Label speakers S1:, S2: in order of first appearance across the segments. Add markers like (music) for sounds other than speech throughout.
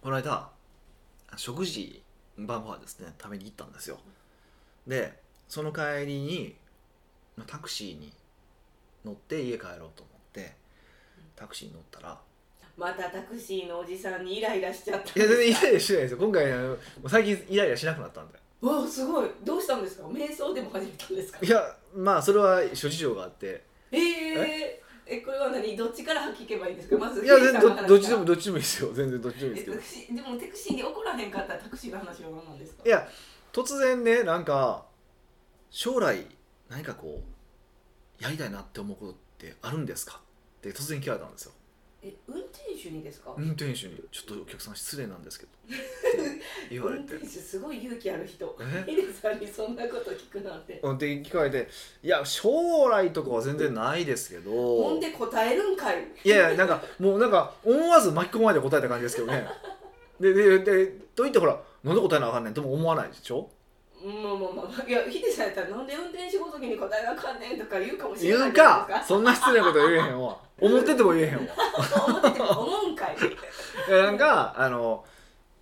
S1: この間食事晩ご飯ですね食べに行ったんですよでその帰りにまあタクシーに乗って家帰ろうと思ってタクシーに乗ったら
S2: またタクシーのおじさんにイライラしちゃった
S1: いや全然イライラしてないですよ今回あのもう最近イライラしなくなったんで
S2: わあすごいどうしたんですか瞑想でも始めたんですか
S1: いやまあそれは諸事情があって
S2: えー、えこれは何どっちから吐きけばいいんですかまず
S1: いや
S2: ケイ
S1: 全
S2: さ
S1: 然
S2: んの
S1: ど
S2: 話
S1: どっちで
S2: から
S1: もどっちでもいいですよ全然どっちでもいいですけど
S2: えタクシーでもタクシーに怒らへんかったらタクシーの話は何なんですか
S1: いや突然ねなんか将来何かこうやりたいなって思うことってあるんですかって突然聞かれたんですよ
S2: え運転手にですか
S1: 運転手に「ちょっとお客さん失礼なんです
S2: (laughs)
S1: けど」って言われ
S2: 運
S1: て
S2: 転手すごい勇気ある人
S1: え
S2: ヒデさんにそんなこと聞くなんて
S1: うんって聞かれて「いや将来とかは全然ないですけ
S2: ほ
S1: ど
S2: んで答えるんかい
S1: いやいやなんかもうなんか思わず巻き込まれて答えた感じですけどねでででと言ってほらなんで答えなあかんねんとも思わないでしょ
S2: まあまあまあいやヒデさんやったらなんで運転手ごときに答えなあかんねんとか言うかもしれな
S1: 言
S2: いうじゃない
S1: かそんな失礼なことは言えへんわ思ってても言えへんわ
S2: ですか思ってても思うんかい
S1: いやなんかあの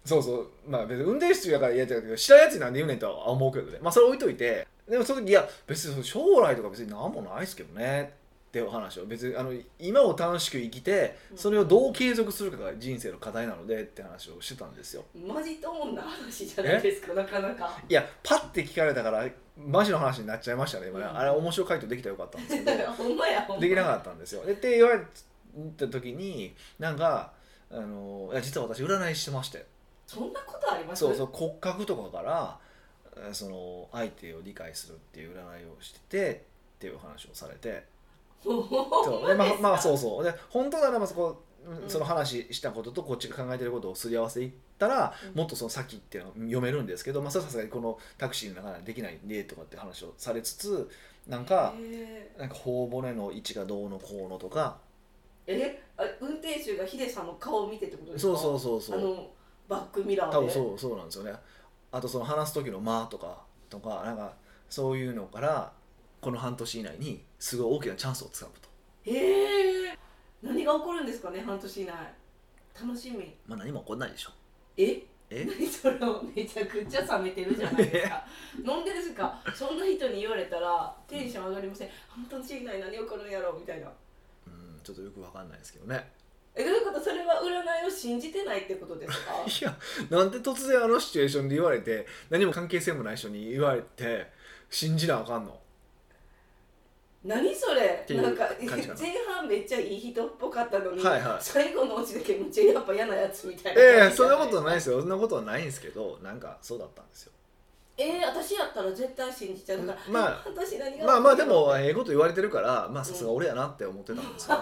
S1: そうそうまあ別に運転手やから嫌じゃなくて知らんやつになんで言うねんとは思うけどねまあそれ置いといてでもその時いや別にその将来とか別に何もないですけどねってお話を別にあの今を楽しく生きて
S2: うん
S1: それをどう継続するかが人生の課題なのでって話をしてたんですよ
S2: マジトーンな話じゃないですかなかなか (laughs)
S1: いやパッて聞かれたからマジの話になっちゃいましたね今ね
S2: うん
S1: あれ面白い回答できたらよかったんですけど
S2: ほんまやほんま
S1: できなかったんですよでって言われた時になんかあのいや実は私占いしてまして
S2: そんなことあります
S1: そう
S2: (laughs)
S1: そう骨格とかからえーその相手を理解するっていう占いをしててっていう話をされて
S2: ほ
S1: そ
S2: ほ
S1: うんでま
S2: です
S1: あ
S2: か
S1: まあそうそうで本当ならばそこうん
S2: うん
S1: その話したこととこっちが考えてることをすり合わせていったら、
S2: うん
S1: もっとその先っていうのは読めるんですけど、まあ、それはさすがにこのタクシーの中ではできないんでとかって話をされつつなんか
S2: へ
S1: なんか頬骨の位置がどうのこうのとか
S2: ええあ運転手がヒデさんの顔を見てってことです
S1: そ
S2: か
S1: うそううそうそう
S2: あのバックミラーで
S1: 多分そうそうなんですよねあとその話す時の間とかとかなんかそういうのからこの半年以内にすごい大きなチャンスをつかむと、
S2: へえ何が起こるんですかね半年以内楽しみ
S1: まあ、何も起こんないでしょ
S2: え (laughs)
S1: え
S2: 何それをめちゃくちゃ冷めてるじゃないで
S1: (laughs)
S2: すかなんでですかそんな人に言われたらテンション上がりません半年以内何起こるんやろみたいな
S1: うんちょっとよくわかんないですけどね
S2: えどういうことそれは占いを信じてないってことです
S1: (laughs)
S2: か
S1: いやなんで突然あのシチュエーションで言われて何も関係性もない人に言われて信じなあかんの
S2: 何それ
S1: ていう
S2: なんか
S1: 感じかな
S2: 前半めっちゃいい人っぽかったのに、
S1: はいはい
S2: 最後のオチだけめっちゃやっぱ嫌なやつみたいな
S1: ええそんなことない
S2: い
S1: ですよそんなことはないんですけどなんかそうだったんですよ
S2: えー、私やったら絶対信じちゃうから、
S1: うんまあ
S2: (laughs) 私何が
S1: まあまあでもええこと言われてるからまあさすが俺やなって思ってたんですよ、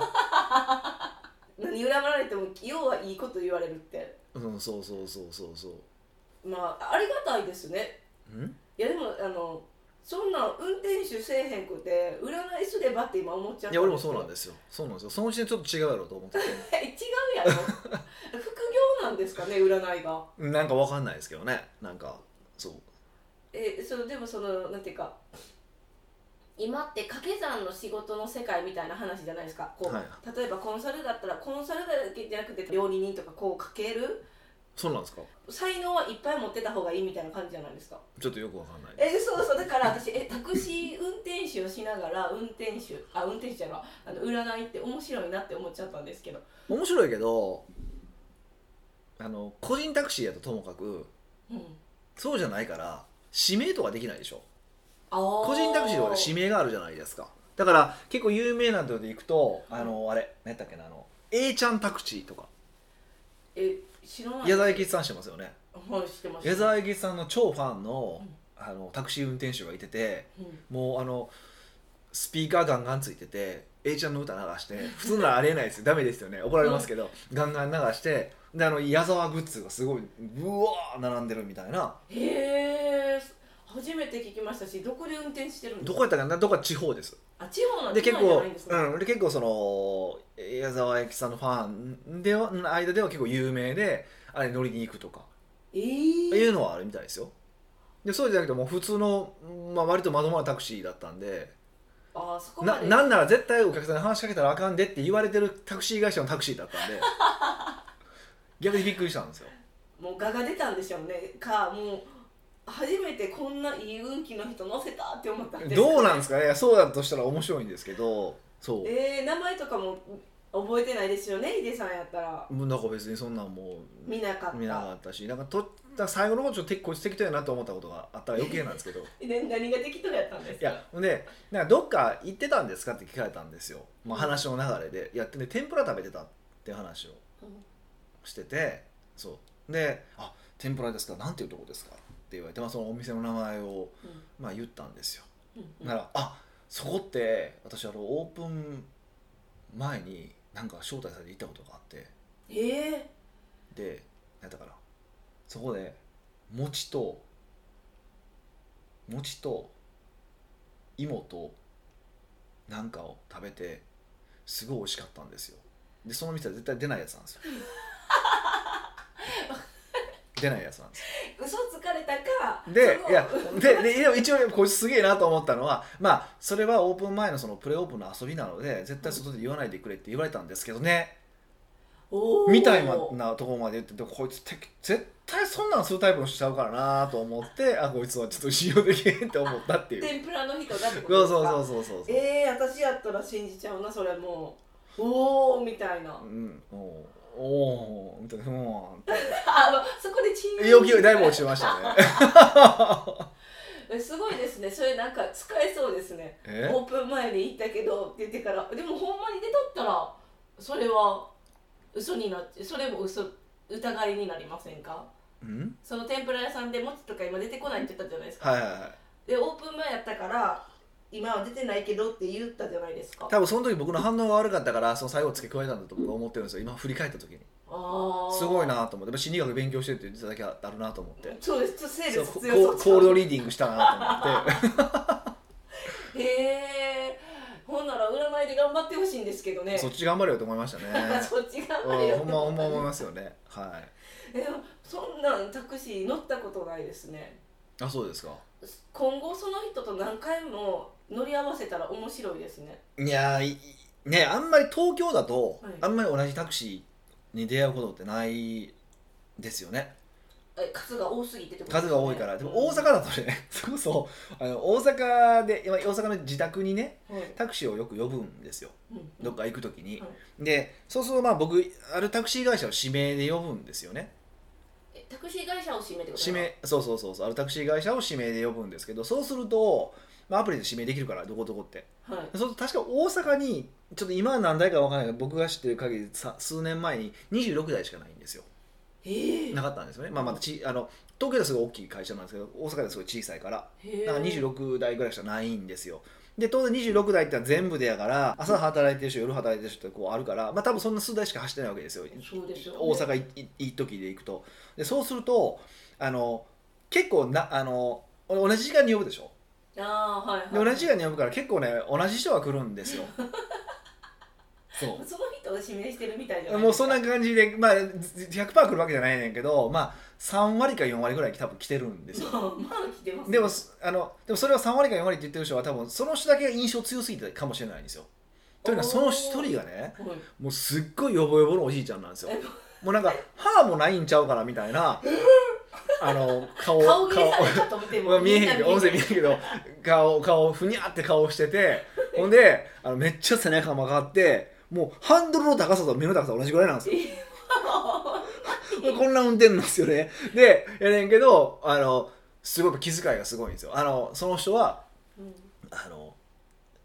S2: 何恨まれても要はいいこと言われるって
S1: うん、そうそうそうそうそ
S2: まあありがたいですね
S1: ううん
S2: いやでもあのそんなん運転手せえへんくて占いすればって今思っちゃった
S1: いや俺もそう
S2: (laughs)
S1: なんですすよそうなんですよそのうちにちょっと違うやろうと思ってて (laughs)
S2: けど違うやろ (laughs) 副業なんですかね占いが
S1: なんかわかんないですけどねなんかそう
S2: えそのでもそのなんていうか今って掛け算の仕事の世界みたいな話じゃないですかこう、
S1: はい
S2: 例えばコンサルだったらコンサルだけじゃなくて料理人とかこうかける
S1: そうなんですか
S2: 才能はいっぱい持ってた方がいいみたいな感じじゃないですか
S1: ちょっとよくわかんない
S2: えそうそうだから私えタクシー運転手をしながら運転手あ運転手じゃないあの占いって面白いなって思っちゃったんですけど
S1: 面白いけどあの個人タクシーやとともかく
S2: うん
S1: そうじゃないから指名とかできないでしょ
S2: あー
S1: 個人タクシーとかで指名があるじゃないですかだから結構有名なとこで行くとあのあれ何やったっけなあの A ちゃんタクシーとか
S2: え知らない
S1: 矢沢永吉さんしてますよね
S2: はい知ってました
S1: 矢沢永吉さんの超ファンの
S2: うん
S1: あのタクシー運転手がいてて
S2: うん
S1: もうあのスピーカーガンガンついてて A ちゃんの歌流して普通ならありえないですよダメですよね怒られますけど、ガンガン流してであの矢沢グッズがすごいうわー並んでるみたいな
S2: へえ初めて聞きましたしどこで運転してるんで
S1: ど
S2: す
S1: こやったかなどこか地方です
S2: あ地方なん
S1: で
S2: で
S1: 結
S2: 都内じゃ
S1: 構
S2: ないんですね
S1: うんで結構その矢沢永吉さんのファンではの間では結構有名であれ乗りに行くとか
S2: え
S1: い
S2: え
S1: うのはあるみたいですよでそうじゃなくてもう普通の、まあ、割とまともなタクシーだったんで
S2: あそこま
S1: な
S2: で
S1: なんなら絶対お客さんに話しかけたらあかんでって言われてるタクシー会社のタクシーだったんで逆にびっくりしたんですよ
S2: もう我が出たんでしょうねかもう初めてこんないい運気の人乗せたって思ったんですかね
S1: どうなんですかねいやそうだとしたら面白いんですけどそう
S2: えー、名前とかも覚えてないですよねヒデさんやったら
S1: もうなんか別にそんなんもう
S2: 見なかった
S1: 見なかったしなんかとだ最後の方ちょっと結構適当やなと思ったことがあったら余計なんですけどい
S2: で何が適当やったんですか
S1: やほんでなんかどっか行ってたんですかって聞かれたんですよ、まあ、話の流れでいやってね天ぷら食べてたっていう話をしててそうで「あ天ぷらですかなんていうとこですか?」って言われて、まあ、そのお店の名前を、まあ、言ったんですよ、なら「あそこって私あのオープン前になんか招待されて行ったことがあって
S2: ええ
S1: で何だったかなそこで餅と餅と芋となんかを食べてすごい美味しかったんですよでその店は絶対出ないやつなんですよ出ないやつなんですよ
S2: 嘘つかれたか
S1: で
S2: その
S1: いやでででも一応こいつすげえなと思ったのはまあそれはオープン前のそのプレオープンの遊びなので絶対外で言わないでくれって言われたんですけどね、
S2: おー
S1: みたいなところまで言っててこいつて絶対そんなんするタイプの人ちゃうからなと思ってあこいつはちょっと信用できへんって思ったっていう
S2: 天ぷらの人だってこと
S1: そう
S2: です
S1: そ
S2: か
S1: うそうそうそうそう、
S2: ええ私やったら信じちゃうなそれもうおおみたいな
S1: うんおおおーみたいなうん
S2: あのそこでチン
S1: 要求だいぶ落ちてましたね
S2: (laughs) えすごいですねそれなんか使えそうですね
S1: え
S2: オープン前に行ったけどって言ってからでもほんまに出とったらそれは嘘になっそれも嘘疑いになりませんか
S1: うん
S2: その天ぷら屋さんでもちとか今出てこないって言ったじゃないですか
S1: はいはいはい
S2: でオープン前やったから今は出てないけどって言ったじゃないですかあ
S1: 多分その時僕の反応が悪かったからその最後付け加えたんだと僕は思ってるんですよ今振り返った時に
S2: あー
S1: すごいなと思ってやっぱ心理学勉強してるって言ってただけあるなと思って
S2: そうですちょっとセー
S1: そう
S2: ルス
S1: コ
S2: 強そう
S1: ーコールドリーディングしたなと思って
S2: へえほんなら占いで頑張ってほしいんですけどね (laughs)
S1: そっち頑張れよと思いましたね
S2: そっちが
S1: うんほんまほんま思いますよねは
S2: (laughs) えでもそんなんタクシー乗ったことないですね
S1: いあそうですか
S2: 今後その人と何回も乗り合わせたら面白いですね
S1: いやーいねあんまり東京だと、
S2: はい
S1: あんまり同じタクシーに出会うことってないですよね
S2: え数が多すぎてってこと
S1: 数が多いからでも大阪
S2: は
S1: だとね (laughs) それこそあの大阪で今大阪の自宅にね
S2: い
S1: タクシーをよく呼ぶんですよ
S2: うん
S1: どっか行く時に、
S2: は
S1: でそうするとまあ僕あるタクシー会社を指名で呼ぶんですよね
S2: えタクシー会社を指名ってこと
S1: 指名そうそうそうそうあるタクシー会社を指名で呼ぶんですけどそうすると、まあ、アプリで指名できるからどこどこって
S2: はい
S1: そう確か大阪にちょっと今は何台か分からないけど僕が知ってる限りさ数年前に26台しかないんですよ
S2: へえ
S1: なかったんですよね、まあ、まだちあの東京ではすごい大きい会社なんですけど大阪ではすごい小さいからだから26台ぐらいしかないんですよで当然26台ってのは全部でやから朝働いてる人夜働いてる人ってこうあるから、まあ、多分そんな数台しか走ってないわけですよ
S2: そうですよね
S1: 大阪いいいい時で行くとでそうするとあの結構なあの同じ時間に呼ぶでしょ
S2: ああはいはい
S1: で同じ時間に呼ぶから結構ね同じ人が来るんですよそ
S2: (laughs) その人を指名してるみたいじゃ
S1: う
S2: ない
S1: もうそん
S2: (laughs)
S1: な
S2: か
S1: 感じで、まあ、100%来るわけじゃないねんけど、まあ、3割か4割ぐらい多分来てるんですよ
S2: まあまあ来てますね
S1: でもあのでもそれは3割か4割って言ってる人は多分その人だけが印象強すぎてかもしれないんですよというのはその一人がね
S2: はい
S1: もうすっごいヨボヨボのおじいちゃんなん
S2: (laughs)
S1: ですよもうなんか歯もないんちゃうからみたいなあの顔
S2: 顔切れされたと思って
S1: まあ、見えへんけど音声見えへん
S2: へ
S1: けど顔顔ふにゃって顔しててほんであのめっちゃ背中曲がってもうハンドルの高さと目の高さ同じぐらいなんですよこんな運転なんですよねでやねんけどあのすごい気遣いがすごいんですよあのその人はあの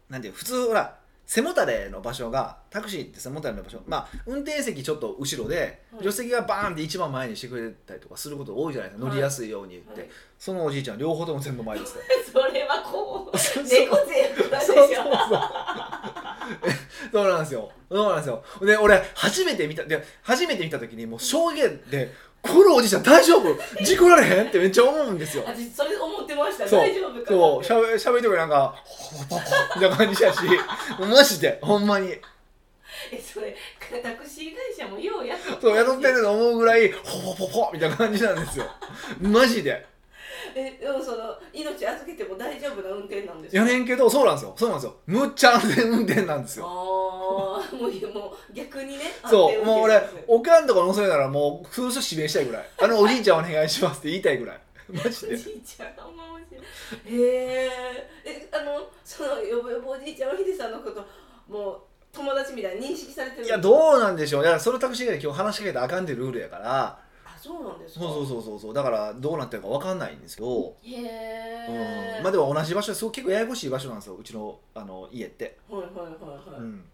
S1: なんていう普通ほら背もたれの場所がタクシーって背もたれの場所まあ運転席ちょっと後ろで
S2: はい
S1: 助手席がバーンって一番前にしてくれたりとかすること多いじゃないですか乗りやすいように言って、
S2: はい
S1: そのおじいちゃん両方とも全部前ですね
S2: それはこう
S1: そうそう
S2: 猫背なんです
S1: そう
S2: よ
S1: そうそう。そうなんですよ。そうなんですよ。で、俺、初めて見た、で、初めて見た時に、もう衝撃で、このおじいちゃん大丈夫事故られへんってめっちゃ思うんですよ。
S2: 私それ思ってました
S1: そう
S2: 大丈夫かなっ。て
S1: そう、しゃべ、しゃべる時なんか、ほほほほみたいな感じやし、マジで、ほんまに。
S2: えそれタクシー会社もようやっ
S1: そう、雇ってると思うぐらい、ほほほほみたいな感じなんですよ。マジで。
S2: えでもその命預けても大丈夫な運転なんです
S1: やねんけどそうなんですよそうなんですよむっちゃ安全運転なんです
S2: ああ
S1: よ
S2: ーもうもう逆にね
S1: そうもう俺
S2: 安定運転ですね
S1: おかんとかのせいならもう封書指名したいぐらいあのおじいちゃんお願いしますって言いたいぐらいマジ
S2: (laughs) お
S1: で
S2: じいちゃん、ほんま面白い。へええ、あの、そのよぼよぼおじいちゃんはヒデさんのこと、もう友達みたいに認識されてる。
S1: いやどうなんでしょうだからそのタクシー会で今日話しかけたらあかんってルールやから
S2: あ、そうなんですか。
S1: そうそうそうそうそうだからどうなってるか分かんないんですけど、
S2: へえ、
S1: うんまあでも同じ場所ですごい結構ややこしい場所なんですようちのあの家って、
S2: はいはいはいは
S1: う
S2: い。
S1: ん、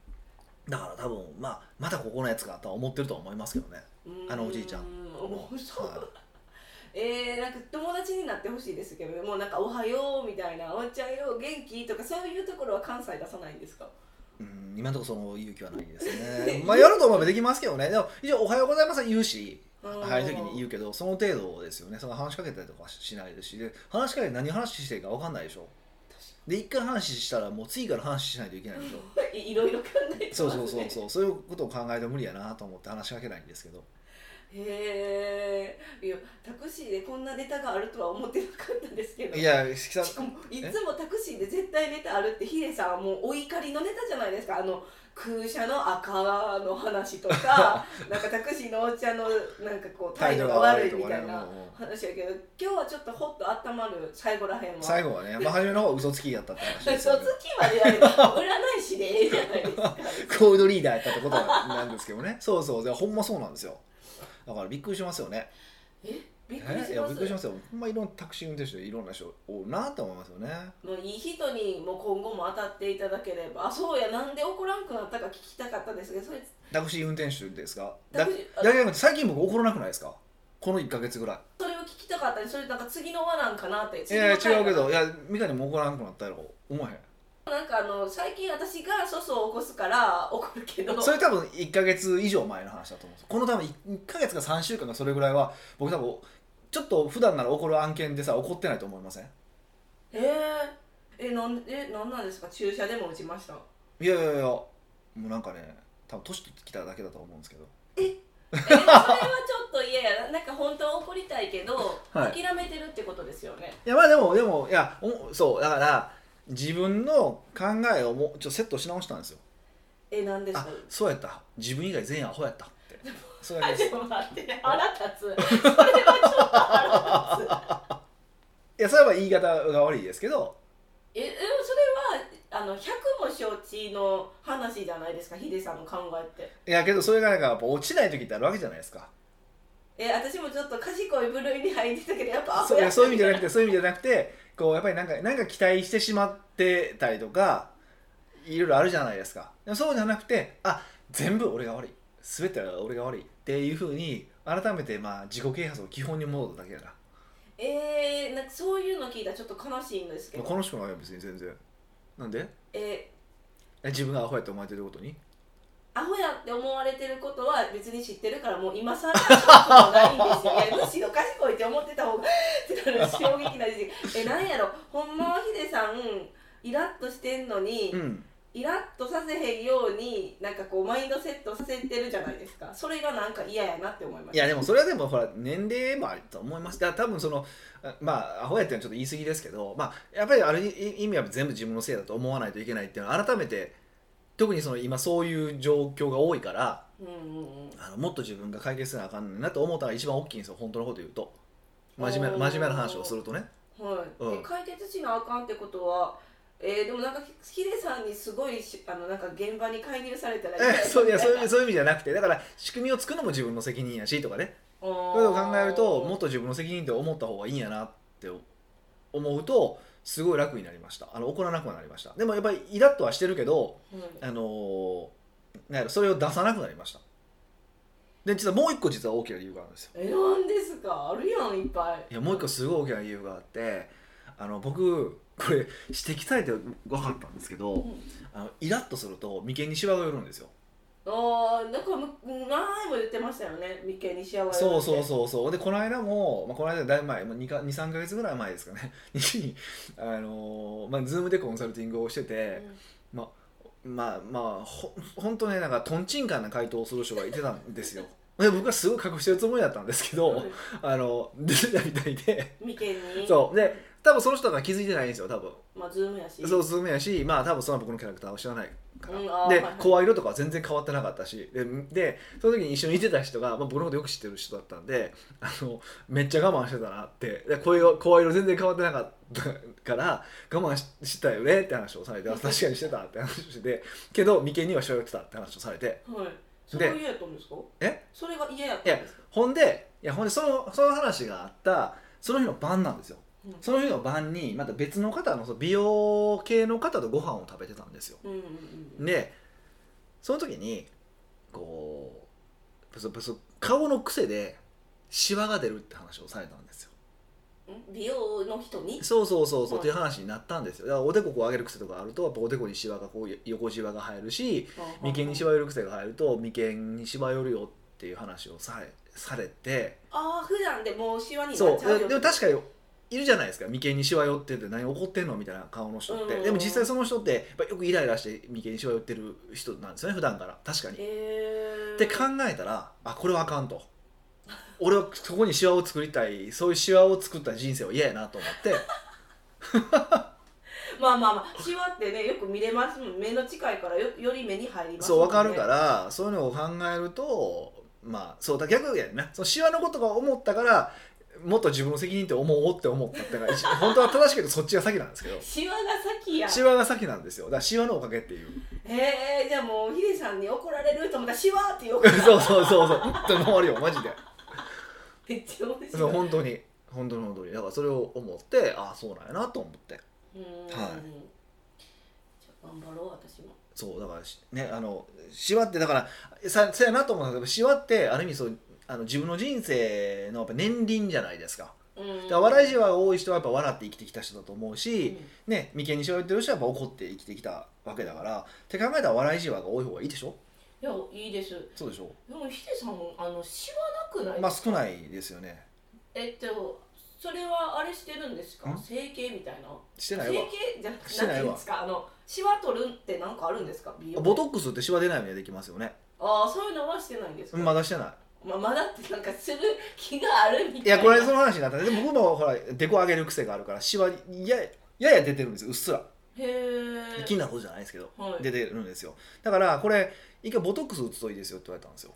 S1: だから多分、まあ、またここのやつかとは思ってるとは思いますけどね
S2: うん
S1: あのおじいちゃん
S2: おそう。
S1: はい
S2: えー、なんか友達になってほしいですけどねもうなんか「おはよう」みたいな「おっちゃんよ元気?」とかそういうところは関西出さないんですか
S1: うん今のところその勇気はないです
S2: (laughs)
S1: ねまあやると思えばできますけどねでも一応「おはようございます」は言うし入る時に言うけどその程度ですよねその話しかけたりとかはしないですしで話しかけて何話していいか分かんないでしょで一回話したらもう次から話しないといけないでしょ
S2: いいろいろ考えてます、ね、
S1: そうそうそうそうそういうことを考えて無理やなと思って話しかけないんですけど
S2: へえいやタクシーでこんなネタがあるとは思ってなかったんですけど
S1: いやしきさん
S2: しかもいつもタクシーで絶対ネタあるってヒデさんはもうお怒りのネタじゃないですかあの空車の赤の話
S1: (laughs)
S2: とかなんかタクシーのお茶のなんかこう態度が悪いみたいな
S1: うんうん
S2: 話やけど今日はちょっとほっと温まる最後らへんは
S1: 最後はね、まあ、初めの方は嘘つきやったって話
S2: 嘘
S1: で
S2: つ
S1: す
S2: き
S1: よね
S2: までやれば占い師でええじゃない
S1: (laughs)
S2: です
S1: コ
S2: か
S1: ールドリーダーやったってことなんですけどねそうそうでほんまそうなんですよだからびっくりしますよね
S2: えびっくり
S1: えい
S2: し
S1: や
S2: ま
S1: びっ
S2: す
S1: くりしますよほんまいろんなタクシー運転手でいろんな人おるなと思いますよね
S2: もういい人にもう今後も当たっていただければあそうやなんで怒らんくなったか聞きたかったんですけどそれ
S1: タクシー運転手ですかだ
S2: タ
S1: だ
S2: ク
S1: け
S2: シー
S1: じゃなくて最近僕怒らなくないですかこの1か月ぐら
S2: それを聞きたかったりそれなんか次の輪なんかなって
S1: いいやいや
S2: 次の
S1: 違う
S2: 回
S1: け
S2: かな
S1: どいや美香にも怒らなくなったやろ思わへ
S2: なんかあの最近私が粗相を起こすから怒るけど
S1: んそれ多分1か月以上前の話だと思うんですこの多分1か月か3週間かそれぐらいは僕多分ちょっと普段なら怒る案件でさ怒ってないと思いません
S2: えー、えなんえなんなんですか注射でも打
S1: (laughs)
S2: ちました
S1: いやいやいやもうなんかね多分年取ってきただけだと思うんですけど
S2: えでもそれはちょっと嫌やななんか本当は怒りたいけど、
S1: はい
S2: 諦めてるってことですよね
S1: いやまあでもでもいやおそうだから自分の考えをもうちょっとセットし直したんですよ
S2: えなんです
S1: あ
S2: か (laughs)
S1: そうやった自分以外全員アホや (laughs) ったってそれだ
S2: あ
S1: けです
S2: でも待ってね腹立つそれはちょっと腹立つ
S1: いやそれは言い方が悪いですけど
S2: えでもそれはあの100も承知の話じゃないですかヒデさんの考えって
S1: いやけどそれがなんかやっぱ落ちない時ってあるわけじゃないですか
S2: え私もちょっと賢い部類に入ってたけどやっぱアホ
S1: そうい
S2: や
S1: や
S2: った
S1: そういう意味じゃなくてそういう意味じゃなくてこうやっぱりなんかなんか期待してしまってたりとかいろいろあるじゃないですかでもそうじゃなくてあ全部俺が悪い全ては俺が悪いっていうふうに改めてまあ自己啓発を基本に戻っただけだな
S2: えー、なんかそういうの聞いたらちょっと悲しいんですけ
S1: まあこ
S2: ど
S1: の人は別に全然なんで
S2: え
S1: え自分がアホやって思われてることに
S2: アホやって思われてることは別に知ってるからもう今更ショックもないんですよ、ね、むしろ賢いって思ってた方がってなる衝撃な事
S1: (laughs)
S2: 実えなんやろほんまはヒデさんイラッとしてんのに、
S1: うん
S2: イラッとさせへんようになんかこうマインドセットさせてるじゃないですかそれがなんか嫌やなって思いま
S1: い
S2: した
S1: やでもそれはでもほら年齢もあると思いますだから多分そのあまあアホやっていうのはちょっと言い過ぎですけどまあやっぱりある意意味は全部自分のせいだと思わないといけないっていうのは改めて特にその今そういう状況が多いから
S2: うんうんうん
S1: あのもっと自分が解決せなあかんねんなと思ったら一番大きいんですよ本当のこと言うと真面目
S2: おー
S1: な真面目な話をするとね
S2: はい、
S1: うん
S2: で解決しなあかんってことはえー、でもなんかヒデさんにすごいしあのなんか現場に介入されたら
S1: え (laughs) そういやそう
S2: う
S1: いうそういう意味じゃなくてだから仕組みを作るのも自分の責任やしとかねそういう
S2: を
S1: ことを考えるともっと自分の責任って思った方がいいんやなって思うとすごい楽になりましたあの怒らなくはなりましたでもやっぱりイラッとはしてるけど、
S2: うん
S1: あのーなんやろそれを出さなくなりましたで実はもう一個実は大きな理由があるんですよ
S2: えなんですかあるやんいっぱい
S1: いやもう一個すごい大きな理由があってあの僕これ指摘されて分かったんですけどあのイラッとすると眉間にシワが寄るんですよ
S2: あーなんかむ前も言ってましたよね眉間に幸せ
S1: そうそうそうそうでこの間も、まあ、この間だいぶ前23か月ぐらい前ですかねにあのーまあ、ズームでコンサルティングをしてて、まあまあほほんとねなんかとんちんかんな回答をする人がいてたんですよで僕はすごい隠してるつもりだったんですけど、
S2: うん
S1: あの出てたみたいで
S2: 眉間に
S1: そうで多分その人は気づいてないんですよ多分
S2: まあズームやし
S1: そうすめやしまあ多分その僕のキャラクターを知らないから、
S2: うんあー
S1: で、
S2: はいはい
S1: 声色とかは全然変わってなかったしででその時に一緒にいてた人が、まあ、僕のことよく知ってる人だったんであのめっちゃ我慢してたなってで声色声色全然変わってなかったから我慢ししたよねって話をされてあ確かにしてたって話をしててけど眉間にはしょってたって話をされて
S2: はいそれが嫌やったんですか
S1: え
S2: それが嫌やったんですか
S1: ほんでいやほんでそのその話があったその日の晩なんですよ
S2: うん
S1: その日の晩にまた別の方のその美容系の方とご飯を食べてたんですよ
S2: うんうんうん
S1: でその時にこうブスブス顔の癖でシワが出るって話をされたんですよ
S2: ん美容の人に
S1: そうそうそうそう
S2: はい
S1: っていう話になったんですよだからおでこを上げる癖とかあるとやっぱおでこにシワがこう横シワが入るし眉間にシワ寄る癖が入ると眉間にシワ寄るよっていう話をされされて
S2: ああ普段でもうシワにな
S1: そ
S2: っ
S1: う
S2: ちゃうよ
S1: ででも確かにいるじゃないですか眉間にシワ寄ってて何怒ってんのみたいな顔の人って、
S2: うん
S1: でも実際その人ってやっぱよくイライラして眉間にシワ寄ってる人なんですよね普段から確かに
S2: えー、
S1: って考えたらあこれはあかんと俺はそこにシワを作りたいそういうシワを作った人生は嫌やなと思って
S2: まあまあまあシワってねよく見れますもん目の近いからよより目に入りますも
S1: そうん分か
S2: ね
S1: るからそういうのを考えるとまあそうだ逆やねそのシワのことが思ったからもっと自分の責任って思おうって思ったってから一 (laughs) 本当は正しいけどそっちが先なんですけど
S2: シワが先や
S1: シワが先なんですよだからシワのおかげっていう (laughs)
S2: えー、じゃあもうヒデさんに怒られると思ったらシワってよく
S1: そうそうそうそううんって思われよマジで
S2: めっちゃ面
S1: そう
S2: 白い
S1: 本当に本当に本当にだからそれを思ってああそうなんやなと思って
S2: うーん
S1: はい
S2: じゃあ頑張ろう私も
S1: そうだからしねあのしわってだからさそうやなと思うんだけどしわってある意味そうあの自分の人生のやっぱ年輪じゃないですか
S2: うん
S1: だから笑いじわが多い人はやっぱ笑って生きてきた人だと思う
S2: うん
S1: し、ね眉間にしわ寄ってる人はやっぱ怒って生きてきたわけだからって考えたら笑いじわが多い方がいいでしょ
S2: いやいいです
S1: そうでしょ
S2: でもヒデさんあのシワなくない、
S1: まあ少ないですよね
S2: えっとそれはあれしてるんですか
S1: ん
S2: 整形みたいな
S1: してない
S2: 整
S1: わ
S2: 形じゃなく
S1: して
S2: て
S1: ないわ
S2: 何ていうんですかあのシワ取るって何かあるんですか美容
S1: ボトックスってしわ出ないようにできますよね
S2: ああそういうのはしてないんですか、
S1: まだしてない
S2: ままだってなんかする気があるみ
S1: い
S2: たい
S1: や
S2: な
S1: これその話になったねでも僕もほらデコ上げる癖があるからしわややや出てるんですようっすら
S2: へえ
S1: 気になることじゃないですけど
S2: はい
S1: 出てるんですよだからこれ一回ボトックス打つといいですよって言われたんですよ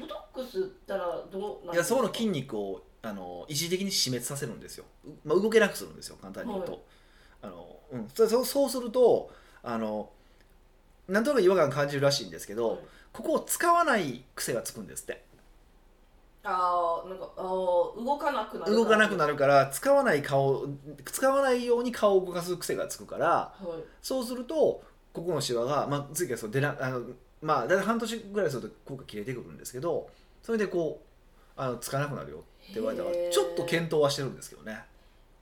S2: ボトックスったらどうない
S1: やそこの筋肉をあの一時的に死滅させるんですよ、うまあ、動けなくするんですよ簡単に言うと、
S2: はい
S1: あのうん、そそうそうするとあのなんとなく違和感感じるらしいんですけど、
S2: はい
S1: ここを使わない癖がつくんですって
S2: ああなんかあー動かなくなる
S1: 動かなくな
S2: る
S1: るから使わない顔使わないように顔を動かす癖がつくから
S2: はい
S1: そうするとここのシワが、まあ、次はそう出なあのまあ大体半年ぐらいすると効果切れてくるんですけどそれでこうあのつかなくなるよって言われたから
S2: へー
S1: ちょっと検討はしてるんですけどね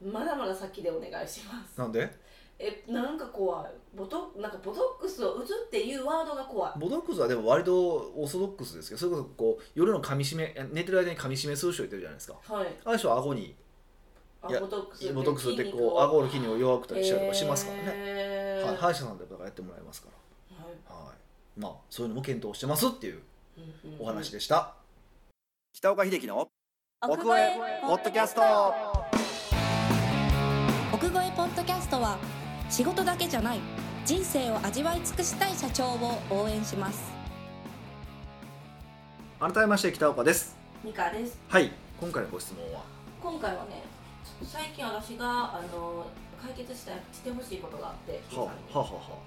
S2: まだまだ先でお願いします
S1: なんで
S2: えなんか怖いボトなんかボトックスを打つっていうワードが怖い
S1: ボトックスはでも割とオーソドックスですけどそれこそこう夜の噛み締め寝てる間に噛み締めする人いてるじゃないですか
S2: はい
S1: ある人は顎に
S2: あ
S1: いや
S2: ボトックス
S1: ボトックスって
S2: 筋
S1: こ
S2: 肉
S1: う
S2: を
S1: 顎の筋肉を弱くしたりしたりとかしますからね、
S2: へー
S1: はい、歯医者さんとかやってもらいますか
S2: はい
S1: ら、はい、まあそういうのも検討してますっていう
S2: うんうん
S1: お話でした、北岡秀樹の
S3: 奥越えポッドキャスト奥越えポッドキャストは仕事だけじゃない人生を味わい尽くしたい社長を応援します
S1: 改めまして北岡です
S2: ミカです
S1: はい今回のご質問は
S2: 今回はねちょっと最近私があの解決したしてほしいことがあってヒデさん
S1: は
S2: に
S1: あ、はあはあは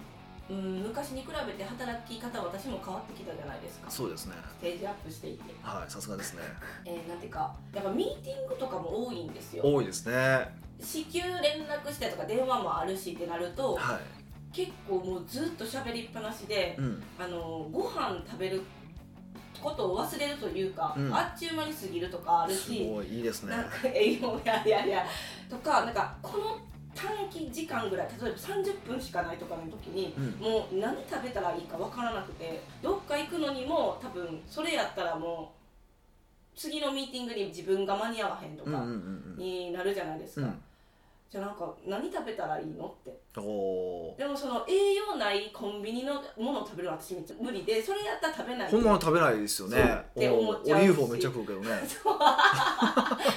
S2: うん昔に比べて働き方私も変わってきたじゃないですか
S1: あ、
S2: ス
S1: そうですね
S2: テージアップしていって、
S1: はいさすがですね
S2: えーなんていうかやっぱミーティングとかも多いんですよ
S1: 多いですねは
S2: 至急連絡してとか電話もあるしってなると結構もうずっと喋りっぱなし
S1: い、
S2: で
S1: うん、
S2: あのご飯食べることを忘れるというか、
S1: うん
S2: あっちゅう間に過ぎるとかある
S1: す
S2: し
S1: ごいいいですね
S2: なんか営業やいやいやとかなんかこの短期時間ぐらい例えば30分しかないとかの時に
S1: うん
S2: もう何食べたらいいかわからなくてどっか行くのにも多分それやったらもう次のミーティングに自分が間に合わへんと
S1: うんうんうん
S2: かになるじゃないです
S1: う
S2: か、
S1: ん
S2: じゃあなんか何食べたらいいのって
S1: おー
S2: でもその栄養ないコンビニのものを食べるのは私めっちゃ無理でそれやったら食べない
S1: こんなの食べないですよね
S2: そうって思っちゃう
S1: お
S2: し
S1: ー俺 UFO めっちゃ食うけど (laughs) ね
S2: (laughs)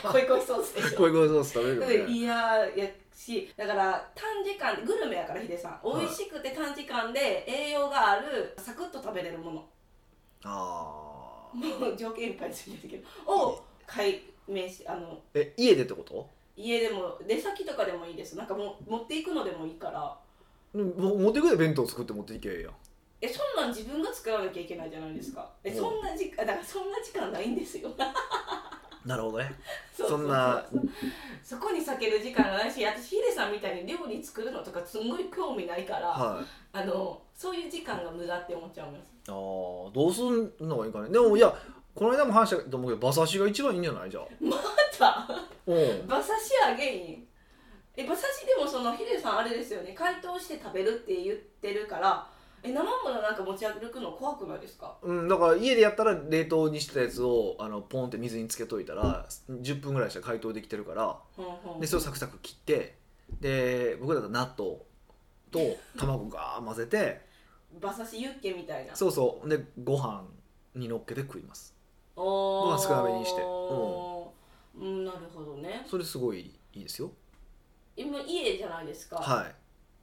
S1: (laughs)
S2: 恋恋ソースでしょ
S1: こういうことです食べるよね
S2: いややしだから短時間でグルメやからヒデさん
S1: はい
S2: 美味しくて短時間で栄養があるサクッと食べれるもの
S1: ああ
S2: もう条件いっぱいついてるけどを解明しあの
S1: え家でってこと
S2: 家でも出先とかでもいいですなんかもう持っていくのでもいいから
S1: うんも持ってくで弁当作って持っていけばいいやん
S2: えそんなん自分が作らなきゃいけないじゃないですかえ
S1: うん
S2: そんな時間だからそんな時間ないんですよ (laughs)
S1: なるほどね
S2: う
S1: そ
S2: うん
S1: な
S2: (laughs) そこに避ける時間がないし私ヒデさんみたいに料理作るのとかすんごい興味ないから、
S1: はい
S2: あのそういう時間が無駄って思っちゃうんです
S1: あーどうすんのがいいかねでもいやこの間も話したと思うけど馬刺しが一番いいんじゃないじゃあ
S2: また
S1: うん
S2: 馬刺しアゲインえ馬刺しでもそのヒデさんあれですよね解凍して食べるって言ってるからえ生ものなんか持ち歩くの怖くないですか
S1: うん、だから家でやったら冷凍にしてたやつをあのポンって水につけといたら10分ぐらいしたら解凍できてるから
S2: ほんほん
S1: でそれをサクサク切ってで僕だったら納豆と卵ガー混ぜて
S2: 馬刺しユッケみたいな
S1: そうそうでご飯に乗っけて食います
S2: お
S1: ま
S2: ー
S1: あ少なめにして
S2: うんなるほどね
S1: それすごいいいですよ
S2: 今家じゃないですか、
S1: はい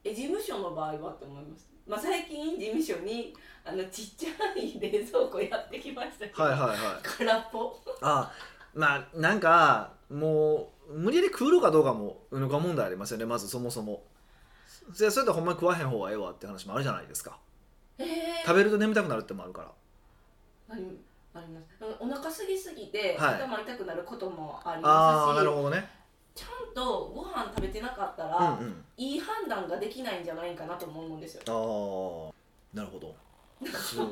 S2: え事務所の場合はって思いますまあ最近事務所にあのちっちゃい冷蔵庫やってきましたけど、
S1: はいはいはい
S2: 空っぽ
S1: あまあなんかもう無理やり食うのかどうかもうのか問題ありますよねまずそもそもそれそれとほんまに食わへん方がええわって話もあるじゃないですか
S2: えー
S1: 食べると眠たくなるってのもあるから
S2: ありありますお腹すぎすぎて、
S1: はい
S2: 頭痛くなることもあり
S1: ああー
S2: ます
S1: な
S2: し
S1: るほどね
S2: ちゃんとご飯食べてなかった
S1: うんう
S2: ら、
S1: ん
S2: いい判断ができないんじゃないかなとも思うんですよ
S1: あーなるほどすごい、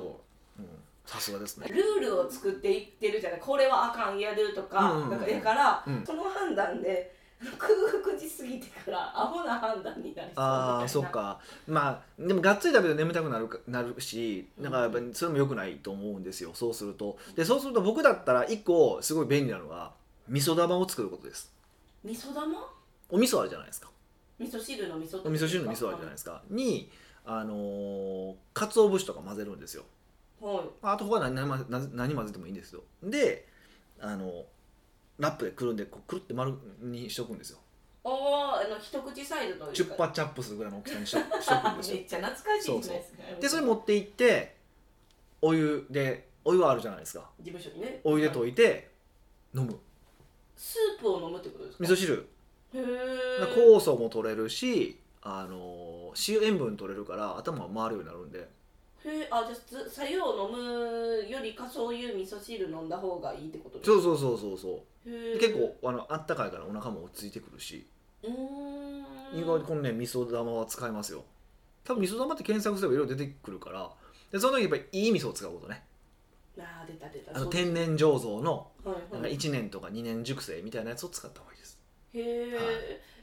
S1: (laughs) うん、さすがですね
S2: ルールを作っていってるじゃないこれはあかんやるとか,、
S1: うんうんうん
S2: なんかだから、
S1: うん
S2: その判断で空腹時すぎてからアホな判断になりそうみたいな
S1: ああそっかまあでもがっつり食べると眠たくなるかなるしなんかやっぱりそれも良くないと思うんですよそうするとでそうすると僕だったら一個すごい便利なのが味噌玉を作ることです
S2: 味噌玉
S1: お味噌あるじゃないですか
S2: 味噌汁の味噌
S1: お味噌汁の味噌あるじゃないですかにあのー、鰹節とか混ぜるんですよ
S2: はいはい
S1: まああと他は何何混ぜ何何混ぜてもいいんですよであのラップでくるんでこうくるって丸にしとくんですよ
S2: おーあの一口サイズというか
S1: チュッパチャップするぐらいの大きさにしとしとくんです
S2: (laughs) め
S1: よ
S2: っちゃ懐かしいじゃないですか
S1: でそれ持って行ってお湯でお湯はあるじゃないですか
S2: 事務所にね
S1: お湯で溶いて飲む
S2: スープを飲むってことですか
S1: 味噌汁
S2: へえ
S1: 酵素も取れるしあのー塩塩分取れるから頭が回るようになるんで
S2: へえあじゃあつ白湯を飲むよりかそういう味噌汁飲んだ方がいいってことです
S1: そうそうそうそうそう
S2: へー
S1: 結構あのあったかいからお腹も落ち着いてくるし
S2: うー
S1: 意
S2: ん
S1: 外にこのね味噌玉は使いますよ多分味噌玉って検索すればいろいろ出てくるからでその時やっぱりいい味噌を使うことね
S2: あー出た出た
S1: あの
S2: そう
S1: 天然醸造の
S2: はい
S1: なん
S2: は
S1: か
S2: い、へ
S1: 1年とか2年熟成みたいなやつを使った方がいいです
S2: え、
S1: はい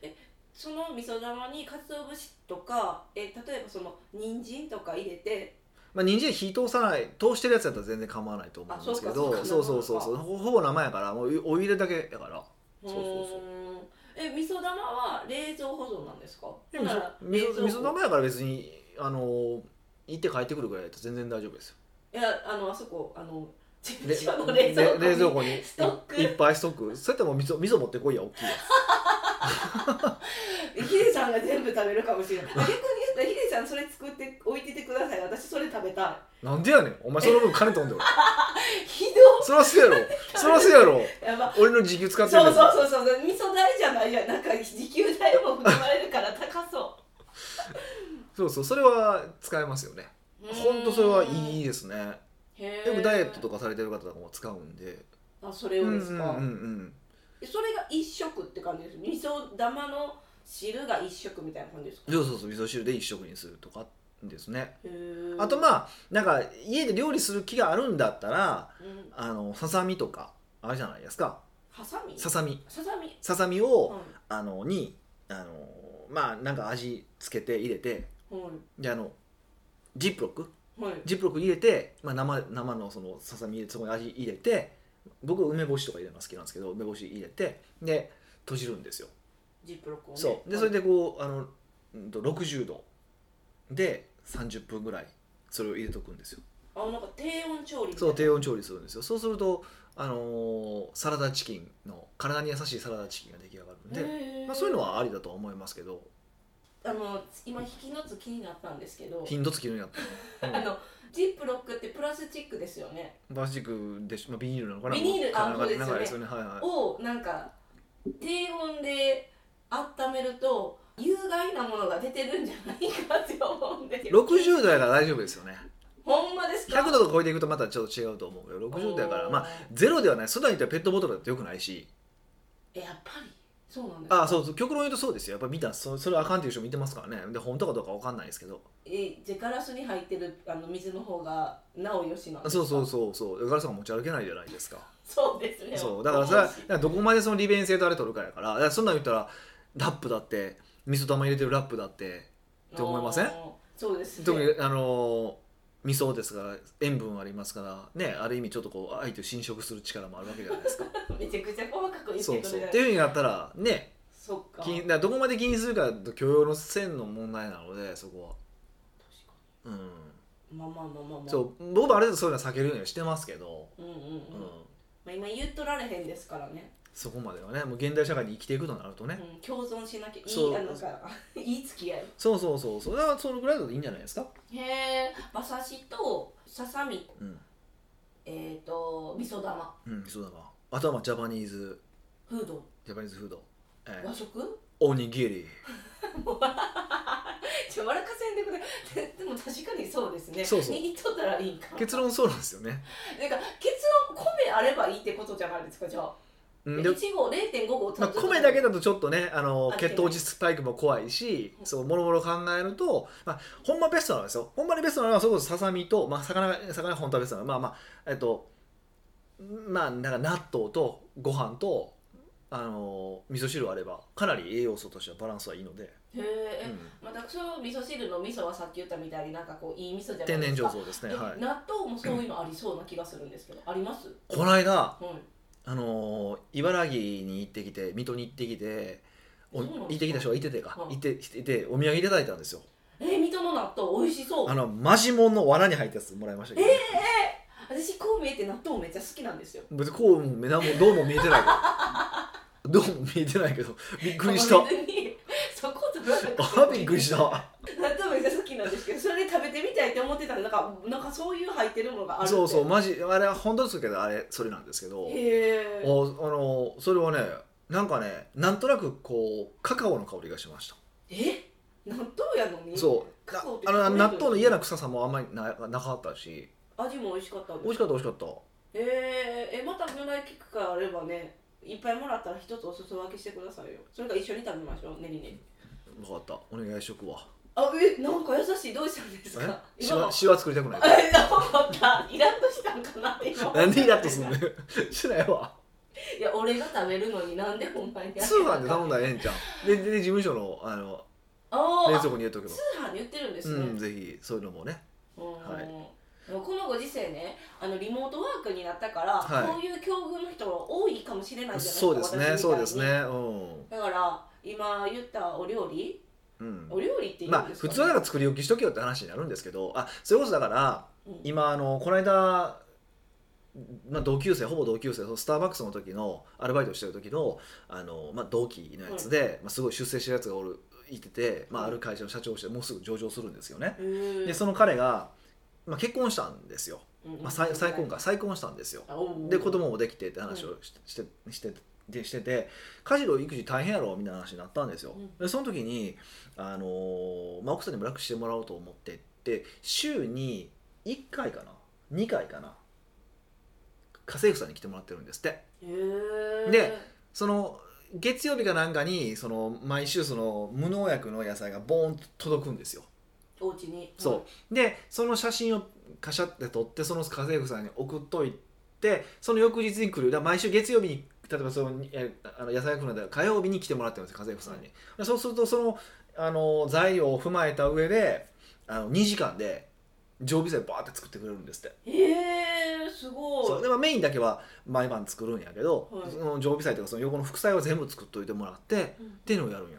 S2: えその味噌玉に鰹節とかえ例えばその人参とか入れて
S1: まあ、人参火通さない通してるやつだったら全然構わないと思うんですけど
S2: あ
S1: そ
S2: そうう
S1: そ
S2: かそううか
S1: そうそうほほぼ生やからもうお湯入れだけやからそうそうそう
S2: うーんえ味噌玉は冷蔵保存なんですか
S1: 味
S2: ほんなら
S1: 噌味噌
S2: 冷
S1: 味
S2: 蔵
S1: 噌
S2: 庫
S1: 生やから別にあのー行って帰ってくるぐらいだと全然大丈夫ですよ
S2: いやあのあそこあの事務
S1: れ
S2: 所の冷蔵庫に
S1: れ冷蔵庫にい
S2: ストック
S1: いっぱいストックそうやってもう味噌味噌持ってこいや大きいや
S2: ヒデさんが全部食べるかもしれないあ逆に言ったらヒデさんそれ作って置いててください私それ食べた
S1: なんでやねんお前その分金飛んでよ
S2: いひ
S1: そらそうやろそらそうやろ
S2: どやば
S1: 俺の時給使
S2: そ
S1: っ
S2: う
S1: てる
S2: そう
S1: から
S2: そうそう味噌代じゃないじゃんなんか時給代も含まれるから高そ
S1: そうそうそれは使えますよね
S2: う
S1: ほんとそれはいいですねよ
S2: よ
S1: くダイエットとかされてる方とかも使うんで
S2: あそれをですか、
S1: うんうんうん
S2: それが一食って感じです味噌玉の汁が一食みたいな感じですか
S1: そうそうそう味噌汁で一食にするとかですね、
S2: へー
S1: あとまあなんか家で料理する気があるんだったら
S2: うん
S1: あのささみとかあるじゃないですか
S2: ハサミ
S1: ささみ
S2: ささみ
S1: ささみを、
S2: は
S1: あのにあのまあなんか味つけて入れて
S2: いは
S1: であのジップロック
S2: いはい
S1: ジップロック入れて、まあ、生生のそのささみ入れてそこに味入れて僕梅干しとか入れるのが好きなんですけど梅干し入れてで閉じるんですよ
S2: ジップロックをね
S1: そうでそれでこうあのうんと60度で30分ぐらいそれを入れとくんですよ
S2: あなんか低温調理みたいな
S1: そう低温調理するんですよそうすると、あのーサラダチキンの体に優しいサラダチキンが出来上がるんで、
S2: へー
S1: まあ、そういうのはありだとは思いますけど
S2: あの今引きのつ気になったんですけど
S1: 頻度つきるんやった
S2: あ
S1: ら、
S2: のジップロックってプラスチックですよね
S1: うん、プラスチックでし、まあ、ビニールなのかな
S2: ビニールあ
S1: かな
S2: そうです
S1: よねはいはい
S2: をなんか低温で温めると有害なものが出てるんじゃないかって思うんですけど
S1: 60度やから大丈夫ですよね
S2: ほんまですか
S1: 100度を超えていくとまたちょっと違うと思うけど60度やからまあ
S2: あ
S1: ゼロではないソダにとってはペットボトルだってよくないし
S2: やっぱりそうなんですか
S1: あそうそう極論言うとそうですよやっぱ見たらそそれあかんっていう人見てますからねで本当かどうかわかんないですけど
S2: えじゃあガラスに入ってるあの水の方がなおよしなんです
S1: そ
S2: か
S1: うそうそうそうガラスが持ち歩けないじゃないですか
S2: そうですね
S1: そうだからそれはだからどこまでその利便性とあれ取るかやからだからそんなん言ったらラップだって味噌玉入れてるラップだってって思いません
S2: あーそうですね
S1: 特にあのー味噌ですから塩分ありますからねある意味ちょっとこう相手を侵食する力もあるわけじゃないですか
S2: (laughs) めちゃくちゃ細かく (laughs) 言ってく
S1: そう
S2: れ
S1: そうっ
S2: る
S1: ていうふうになったらね
S2: そっか
S1: 気にだからどこまで気にするかと許容の線の問題なのでそこ
S2: 確か
S1: はうん
S2: にまあまあまあまあまあ
S1: そう僕はある程度そういうのは避けるようにはしてますけど、
S2: うんうんうん、
S1: うん
S2: まあ、今言っとられへんですからね、
S1: そこまではねもう現代社会に生きていくとなるとね、
S2: うん、共存しなきゃい
S1: そう
S2: いあのか (laughs) いい付き合い
S1: そうそうそうそうだからそのぐらいだといいんじゃないですか
S2: へえ馬刺しとささみ
S1: うん
S2: えっ、と味噌玉
S1: うんそうだわあとはまあジャパニーズ
S2: フード
S1: ジャパニーズフード、え
S2: 和
S1: ー、
S2: 食 (laughs)
S1: おにぎり
S2: ちょ笑かせんでくれででも確かにそうですね
S1: そうそう
S2: 握っとったらいいんか
S1: 結論そうなんですよね
S2: なんか結論米あればいいってことじゃないですかじゃあ
S1: うんで、
S2: 1合0.5合
S1: まあ、米だけ
S2: だ
S1: だとちょっとねあの
S2: あ
S1: 血糖値スパイクも怖いしそうもろもろ考えると、まあ、ほんまベストなんですよほんまにベストなのはそれこそささみと、まあ、魚が魚が本当はベストなのまあまあえっとまあなんか納豆とご飯とあの味噌汁あればかなり栄養素としてはバランスはいいので、
S2: へ
S1: う
S2: え、
S1: ん、
S2: 私は味噌汁の味噌はさっき言ったみたいになんかこういい味噌じゃない
S1: 天
S2: で
S1: 然
S2: す
S1: 醸
S2: か
S1: 造ですね
S2: え
S1: はい
S2: 納豆もそういうのありそうな気がするんですけど、あります
S1: この間、
S2: うん
S1: あのー茨城に行ってきて水戸に行ってきてお
S2: そうなんですか
S1: 行ってきた人がいててか、
S2: うん
S1: いてきててお土産いただいたんですよ
S2: えー、水戸の納豆美味しそう
S1: あのマジモンの藁に入ったやつもらいましたけど、
S2: 私こう見えて納豆めっちゃ好きなんですよ
S1: 別にこうも目玉もどうも見えてないけどどうも見えてないけどびっくりした
S2: あ別にそことなん
S1: (laughs)
S2: か
S1: あびっくりした
S2: 納豆めっちゃ好きなんですけどそれで食べてみたいって思ってたらなんかなんかそういう入ってるものがあるって
S1: そうそうマジあれは本当ですけどあれそれなんですけど
S2: へえ
S1: おあのーそれはねなんかねなんとなくこうカカオの香りがしました
S2: え納豆やのに
S1: そう
S2: カ
S1: な
S2: カオって
S1: あの
S2: チョコレート
S1: 納豆の嫌な臭さもあんまりななかったし
S2: 味も美味しかったん
S1: 美
S2: で
S1: 味
S2: す
S1: しかった美味しかった
S2: へええまたぐらい聞くかあればねいっぱいもらったら一つお裾分けしてくださいよそれから一緒に食べましょうねりねり
S1: 分かったお願いしとくわ
S2: あえなんか優しいどうしたんですか
S1: えし
S2: 今の
S1: わしわ作りたくない
S2: (laughs) あれどう思ったイラッとしたんかなって今
S1: なんでイラッとすんの (laughs) しないわ
S2: いや俺が食べるのになんでお前に
S1: 通販で頼んだ
S2: よ
S1: らええんちゃんででで事務所のあの
S2: あ
S1: 冷
S2: あ
S1: 蔵庫に入れとけば
S2: 通販で言ってるんです
S1: う
S2: ね、
S1: んぜひそういうのもね
S2: うん
S1: はい
S2: でもこのご時世ねあのリモートワークになったから、
S1: はい
S2: こういう境遇の人多いかもしれないじゃないですか
S1: そうですね
S2: 私みたいに
S1: そうですねうん
S2: だから今言ったお料理
S1: うん
S2: お料理って言
S1: ま
S2: う
S1: あ
S2: んです
S1: 普
S2: か、ね
S1: 通はだから作り置きしとけよって話になるんですけどあそれこそだから
S2: うん
S1: 今あのこの間、まあ、同級生ほぼ同級生そのスターバックスの時のアルバイトしてる時のあの、まあ、同期のやつで、まあ、すごい出世してるやつがおるいてて、まあ、
S2: うん
S1: ある会社の社長をしてもうすぐ上場するんですよね、
S2: うん
S1: でその彼が、まあ、結婚したんですよ、
S2: うん
S1: まあ、再再婚か再婚したんですよ
S2: あおう
S1: で子供もできてって話をししてしてでしてて家事と育児大変やろみたいな話になったんですよ、
S2: うん
S1: でその時に、あのーまあ、奥さんにも楽してもらおうと思ってって週に1回かな2回かな家政婦さんに来てもらってるんですって
S2: へー
S1: でその月曜日かなんかにその毎週その無農薬の野菜がボーンと届くんですよ
S2: お家に
S1: そうでその写真をカシャって撮ってその家政婦さんに送っといてその翌日に来るだから毎週月曜日に例えばそのえあの野菜が来るので火曜日に来てもらってるんですよ家政婦さんに、でそうするとそのあの材料を踏まえた上であの2時間で常備菜バーって作ってくれるんですって
S2: えー、す
S1: そ
S2: ご
S1: う
S2: い
S1: でまあメインだけは毎晩作るんやけど、
S2: はい
S1: その常備菜とかその横の副菜は全部作っといてもらってっ
S2: うん
S1: ていうのをやるんや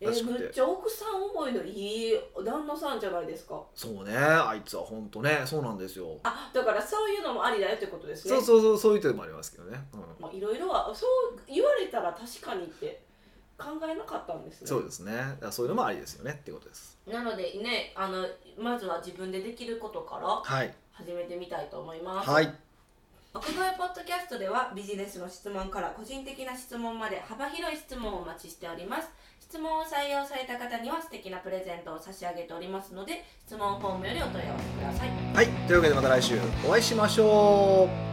S2: え
S1: らしくて
S2: めっちゃ奥さん思いのいい旦那さんじゃないですか
S1: そうねあいつは本当ねそうなんですよ
S2: あだからそういうのもありだよってことですね
S1: そうそうそうそういう手もありますけどね、うん
S2: まあいろいろはそう言われたら確かにって考えなかったんですね
S1: そうですねだからそういうのもありですよねっていうことです
S2: なのでねあのまずは自分でできることから
S1: はい
S2: 始めてみたいと思います、
S1: はい
S2: このポッドキャストではビジネスの質問から個人的な質問まで幅広い質問をお待ちしております質問を採用された方には素敵なプレゼントを差し上げておりますので質問フォームよりお問い合わせください
S1: はいというわけでまた来週お会いしましょう